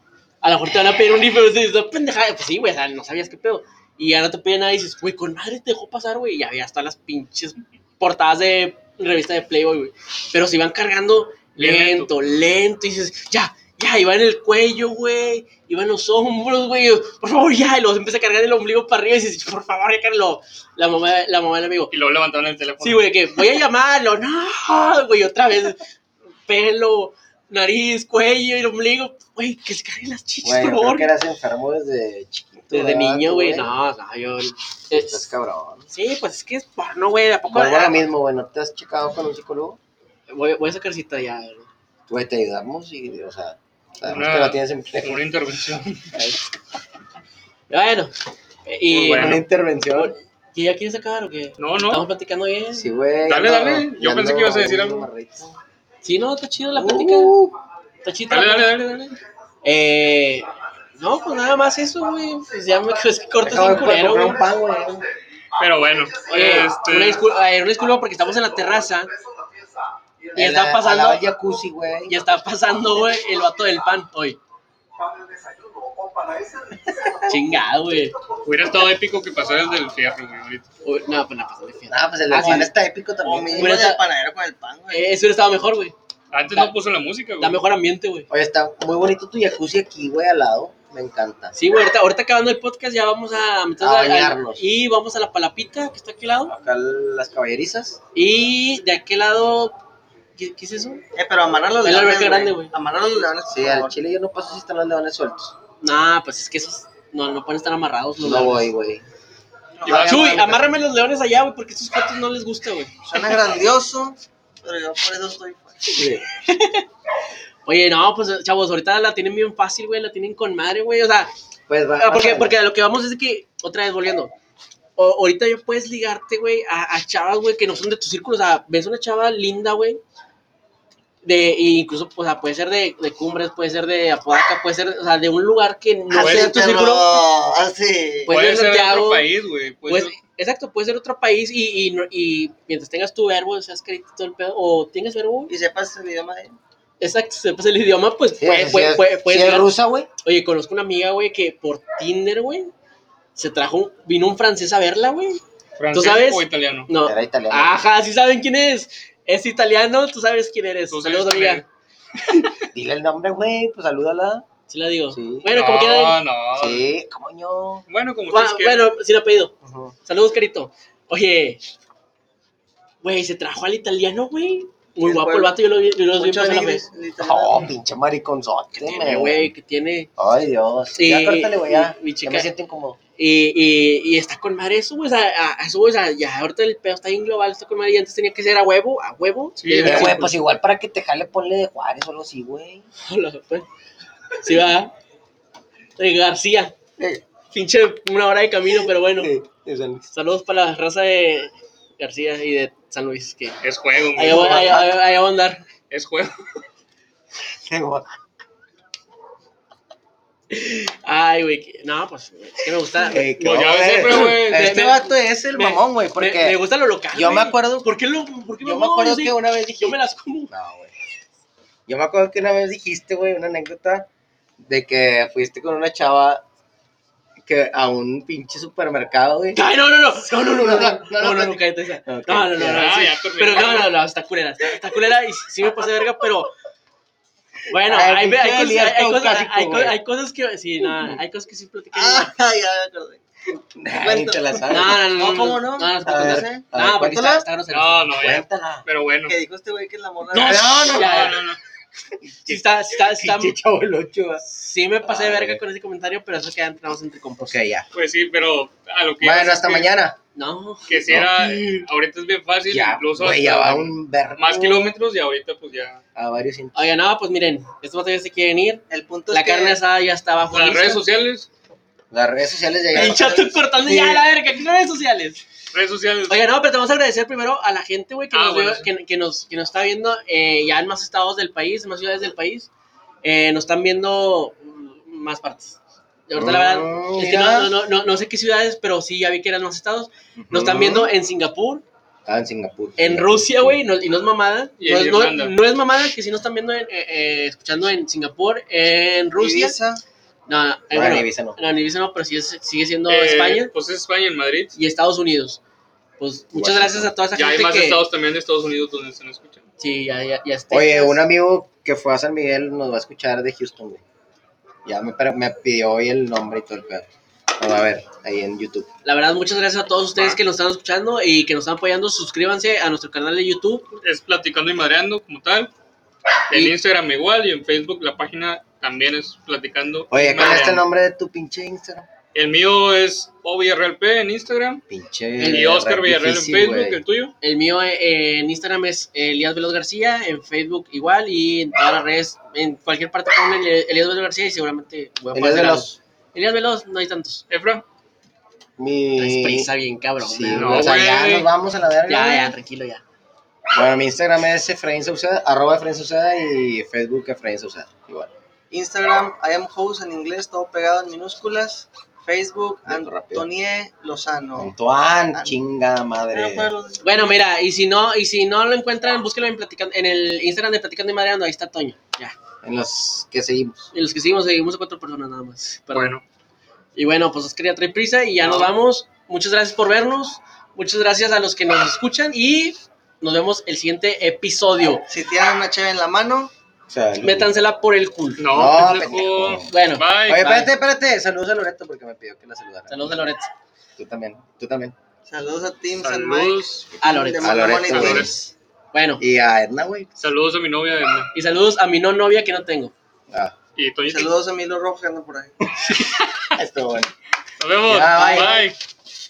A lo mejor te van a pedir un rifle, dices, no, pendejada, pues sí, güey, o sea, no sabías qué pedo. Y ahora te piden nada y dices, güey, con madre te dejó pasar, güey. Y había hasta las pinches portadas de revista de Playboy, güey. Pero se iban cargando lento, lento, Lento. y dices, ya, ya, iba en el cuello, güey, iba en los hombros, güey, y yo, por favor, ya. Y los empieza a cargar el ombligo para arriba y dices, por favor, ya, Carlos. La mamá, la mamá del amigo, Y luego levantaron el teléfono. sí, güey, que voy a llamarlo, no, güey, otra vez, pelo. Nariz, cuello y ombligo, güey, que se carguen las chichis, Güey, por yo creo favor. que eras enfermo desde chiquito. Desde ¿verdad, niño, tú, güey, no, no, yo... Estás cabrón. Sí, pues es que es porno, güey, ¿de a poco? Ah, Vuelvo a lo mismo, güey. ¿No te has checado con un psicólogo? Voy, voy a sacar cita ya. güey. Güey, te ayudamos y, o sea, sabemos Ah. Una- que lo tienes en pleno. Una intervención. Bueno, y... Muy bueno. Una intervención. ¿Y ya quieres sacar o qué? No, Estamos no. platicando bien. Sí, güey. Dale, ando- dale. Yo ando pensé que ibas a decir algo. amarrito. Sí, no, está chido la plática. Uh, Está chido. Dale, dale, dale, dale. Eh... No, pues nada más eso, güey. Pues ya me es que cortas Acabo un de comprar culero, güey. un pan, güey. Pero bueno, Oye, este, una, disculpa, eh, una disculpa porque estamos en la terraza y En la- está al lado del pasando, jacuzzi, güey. y está pasando, güey, el vato del pan hoy. Chingado, güey. hubiera estado épico que pasara el del fierro, güey, ahorita. Uy, No, pues la pasé de fiesta. Ah, pues el Ah, del pan sí. está épico O también. mínimo Bueno, el esa- del panadero con el pan, güey. Eh, Eso hubiera estado mejor, güey. Antes Da- no puso la música, güey. Da mejor ambiente, güey. Oye, está muy bonito tu jacuzzi aquí, güey, al lado. Me encanta. Sí, güey, ahorita, ahorita acabando el podcast ya vamos a meternos A al- al- bañarnos. y vamos a la palapita que está aquí al lado. Acá las caballerizas. Y de aquel lado. ¿Qué, qué es eso? Eh, pero amarrar los El leones. alberca grande, güey. Amarrar los leones, Sí, por al favor. chile yo no paso si están los leones sueltos. Nah, pues es que esos no, no pueden estar amarrados. los No leones. voy, güey. Y va- Chuy, amárrame los leones allá, güey, porque estos cuates no les gusta, güey. Suena grandioso, pero yo por eso estoy fuera. Oye, no, pues chavos, ahorita la tienen bien fácil, güey, la tienen con madre, güey. O sea, Pues va. Ah, porque, pásale. porque a lo que vamos es de que, otra vez volviendo, o- ahorita ya puedes ligarte, güey, a, a chavas, güey, que no son de tu círculo. O sea, ves una chava linda, güey. De, e incluso, o sea, puede ser de, de Cumbres, puede ser de Apodaca, puede ser, o sea, de un lugar que no Puede es ser de Así, tu perro, círculo. así. Pues, puede de ser de Santiago, otro país, güey. puede Pues, ser- exacto, puede ser otro país y, y, no- y mientras tengas tu verbo, o sea, escrito y todo el pedo, o tengas verbo, Y sepas el idioma de él. exacto, sepas el idioma, pues Sí, puede- sí, puede- es- puede- sí puedes es ligar- rusa, güey. Oye, conozco una amiga, güey, que por Tinder, güey, se trajo, un- vino un francés a verla, güey. ¿Francés sabes? o italiano? No. Ah. Era italiano. Ajá, sí saben quién es. Es italiano, tú sabes quién eres. Tú Saludos, sabes quién amiga. Dile el nombre, güey. Pues salúdala. Sí la digo. Sí. Bueno, como no, quieran. no. pues Sí, coño. Bueno, como Gua- ustedes quieran. Bueno, sin apellido. Ujú. Saludos, carito. Oye, güey, se trajo al italiano, güey. Muy El guapo el pueblo. vato, yo lo vi, yo los vi Mucho pasar la alegre, vez. literal. Oh, pinche mariconzote, Tiene, güey, que tiene. Ay, Dios. Sí, ya córtale, güey, ya. mi- mi Ya chica- me siento incómodo. Y, y, y está con madre eso, güey. O sea, a- a eso, güey, o sea, ya ahorita el pedo está bien global, está con madre. Y antes tenía que ser a huevo, a huevo. Sí, Y- Eh, sí, güey, pues igual para que te jale, ponle de Juárez o algo así, güey. Hola, pues. Sí, va. Eh, García. Eh. Pinche una hora de camino, pero bueno. Saludos para la raza de García y de San Luis. Que Es juego, allá voy, güey. allá- allá- allá voy a andar. Es juego. Ay, güey. que- No, pues, es que me gusta. Eh, qué Pues ya ves, hombre. siempre, güey. me- Este me- vato es el me- mamón, güey, me, porque me gusta lo local. yo me güey. acuerdo- ¿Por qué lo.? ¿Por qué yo me mamón? acuerdo Sí, que una vez dije... Yo me las como. No, güey. Yo me acuerdo que una vez dijiste, güey, una anécdota de que fuiste con una chava que a un pinche supermercado, güey. Ay, no, no, no. No, no, no, no. No, no, No, no, no, no. cállate esa. No, Ok. no, no. Ah, sí. ya terminé. Pero no, no, no, está culera. Está, está culera y sí- sí me pasé de verga, pero. Bueno, Ay, hay, pinche hay cosas, Elías hay, cosas, Caucásico, hay co- güey. hay cosas que. Sí, nada, hay cosas que sí platican. Ah, ya me acordé. Nah, ni te la no, sabes. no, no. No, ¿cómo no? No, no, no, A ver, ¿eh? a ver, no, porque cuéntala. está, está grosero. No, no, ya. Cuéntala. Pero bueno. Que dijo este güey que la morra. No, No, no, ya, no, no, no. Sí, está, está, está. Pinche chavo el ocho, güey. Sí me pasé de Ah, verga güey. con ese comentario, pero eso queda entramos entre compas. Ok, ya. Pues sí, pero a lo que. ibas Bueno, es hasta que- mañana. No. Que si era. Ok. Ahorita es bien fácil, Ya, incluso. güey, hasta ya va un verbo. Más kilómetros y ahorita, pues ya. A varios cientos. Oigan, no, pues miren, estos batallas se quieren ir. El punto La es que. carne asada ya está abajo. Las lista. redes sociales. Las redes sociales ya El chat cortando Sí. ya la verga, ¿qué redes sociales? Redes sociales. Oiga, no, pero te vamos a agradecer primero a la gente, güey, que, Ah, nos vio- bueno, sí. que, que nos, que nos está viendo eh, ya en más estados del país, en más ciudades del país. Eh, nos están viendo mm, más partes. Y ahorita la verdad, Mm, es que mira. no, no, no, no sé qué ciudades, pero sí, ya vi que eran más estados. Nos están viendo en Singapur, Ah, en Singapur. en Rusia, güey, no- y no es mamada. Y No en es, no- Irlanda. no es mamada que sí nos están viendo, en, eh, eh, escuchando en Singapur, en Rusia. Ibiza. No, no, eh, No, bueno, en Ibiza no. no, en Ibiza no, pero sí es- sigue siendo Eh, España Pues es España, en Madrid. y Estados Unidos. Pues muchas Washington. gracias a toda esa Ya hay gente más que estados también de Estados Unidos donde se nos escuchan. sí, ya ya ya está. Oye, pues. un amigo que fue a San Miguel nos va a escuchar de Houston, güey. Ya me, pero me pidió hoy el nombre y todo el pedo. Lo va a ver ahí en YouTube. La verdad, muchas gracias a todos Ah. ustedes que nos están escuchando y que nos están apoyando. Suscríbanse a nuestro canal de YouTube. Es platicando y madreando como tal. En Y- Instagram igual y en Facebook la página también es platicando. y Oye, ¿cuál es el Madreando. nombre de tu pinche Instagram? El mío es OVRLP en Instagram. Pinche. El Y Oscar rap Villarreal en difícil, Facebook, Eh, güey. el tuyo. El mío eh, en Instagram es Elías Veloz García, en Facebook igual y en todas las redes, en cualquier parte ponen Eli- Elías Veloz García y seguramente voy a Elías aparecer Veloz. algo. Elías Veloz, no hay tantos. Efra. Traes Mi. prisa bien cabrón. Sí, man. no, o sea, ya güey. nos vamos a la verga. ya, güey. ya, tranquilo ya. Bueno, mi Instagram es Efraín Sauceda, arroba Efraín Sauceda y Facebook Efraín Sauceda. Igual. Instagram, I am host en inglés, todo pegado en minúsculas. Facebook, Viendo rápido. Antonie Lozano. Antoine, Ant- chinga madre. Pero, pues, los- Bueno, mira, y si no, y si no lo encuentran, búsquenlo en, Platicando- en el Instagram de Platicando y Madreando, ahí está Toño. Ya. En los que seguimos. Y los que seguimos, seguimos a cuatro personas nada más. Perdón. Bueno. Y bueno, pues os quería traer prisa y ya nos vamos. Muchas gracias por vernos. Muchas gracias a los que nos escuchan y nos vemos el siguiente episodio. Si tienen una chave en la mano, Salud. Métansela por el culo. No, No, pendejo. pendejo. Bueno, Bye. Oye, espérate, espérate. Saludos a Loreto porque me pidió que la saludara. saludos a Loreto. Tú también, tú también. saludos a pues, Tim San Mike. Saludos. A Loreto. De A Loreto, Money güey. Twins. Bueno, Y a Edna, güey. Saludos a mi novia Edna. y saludos a mi no novia que no tengo. Ah, y Toñito. Saludos a Milo Rojo que anda por ahí. estuvo bueno. Nos vemos. Ya, bye. bye. bye.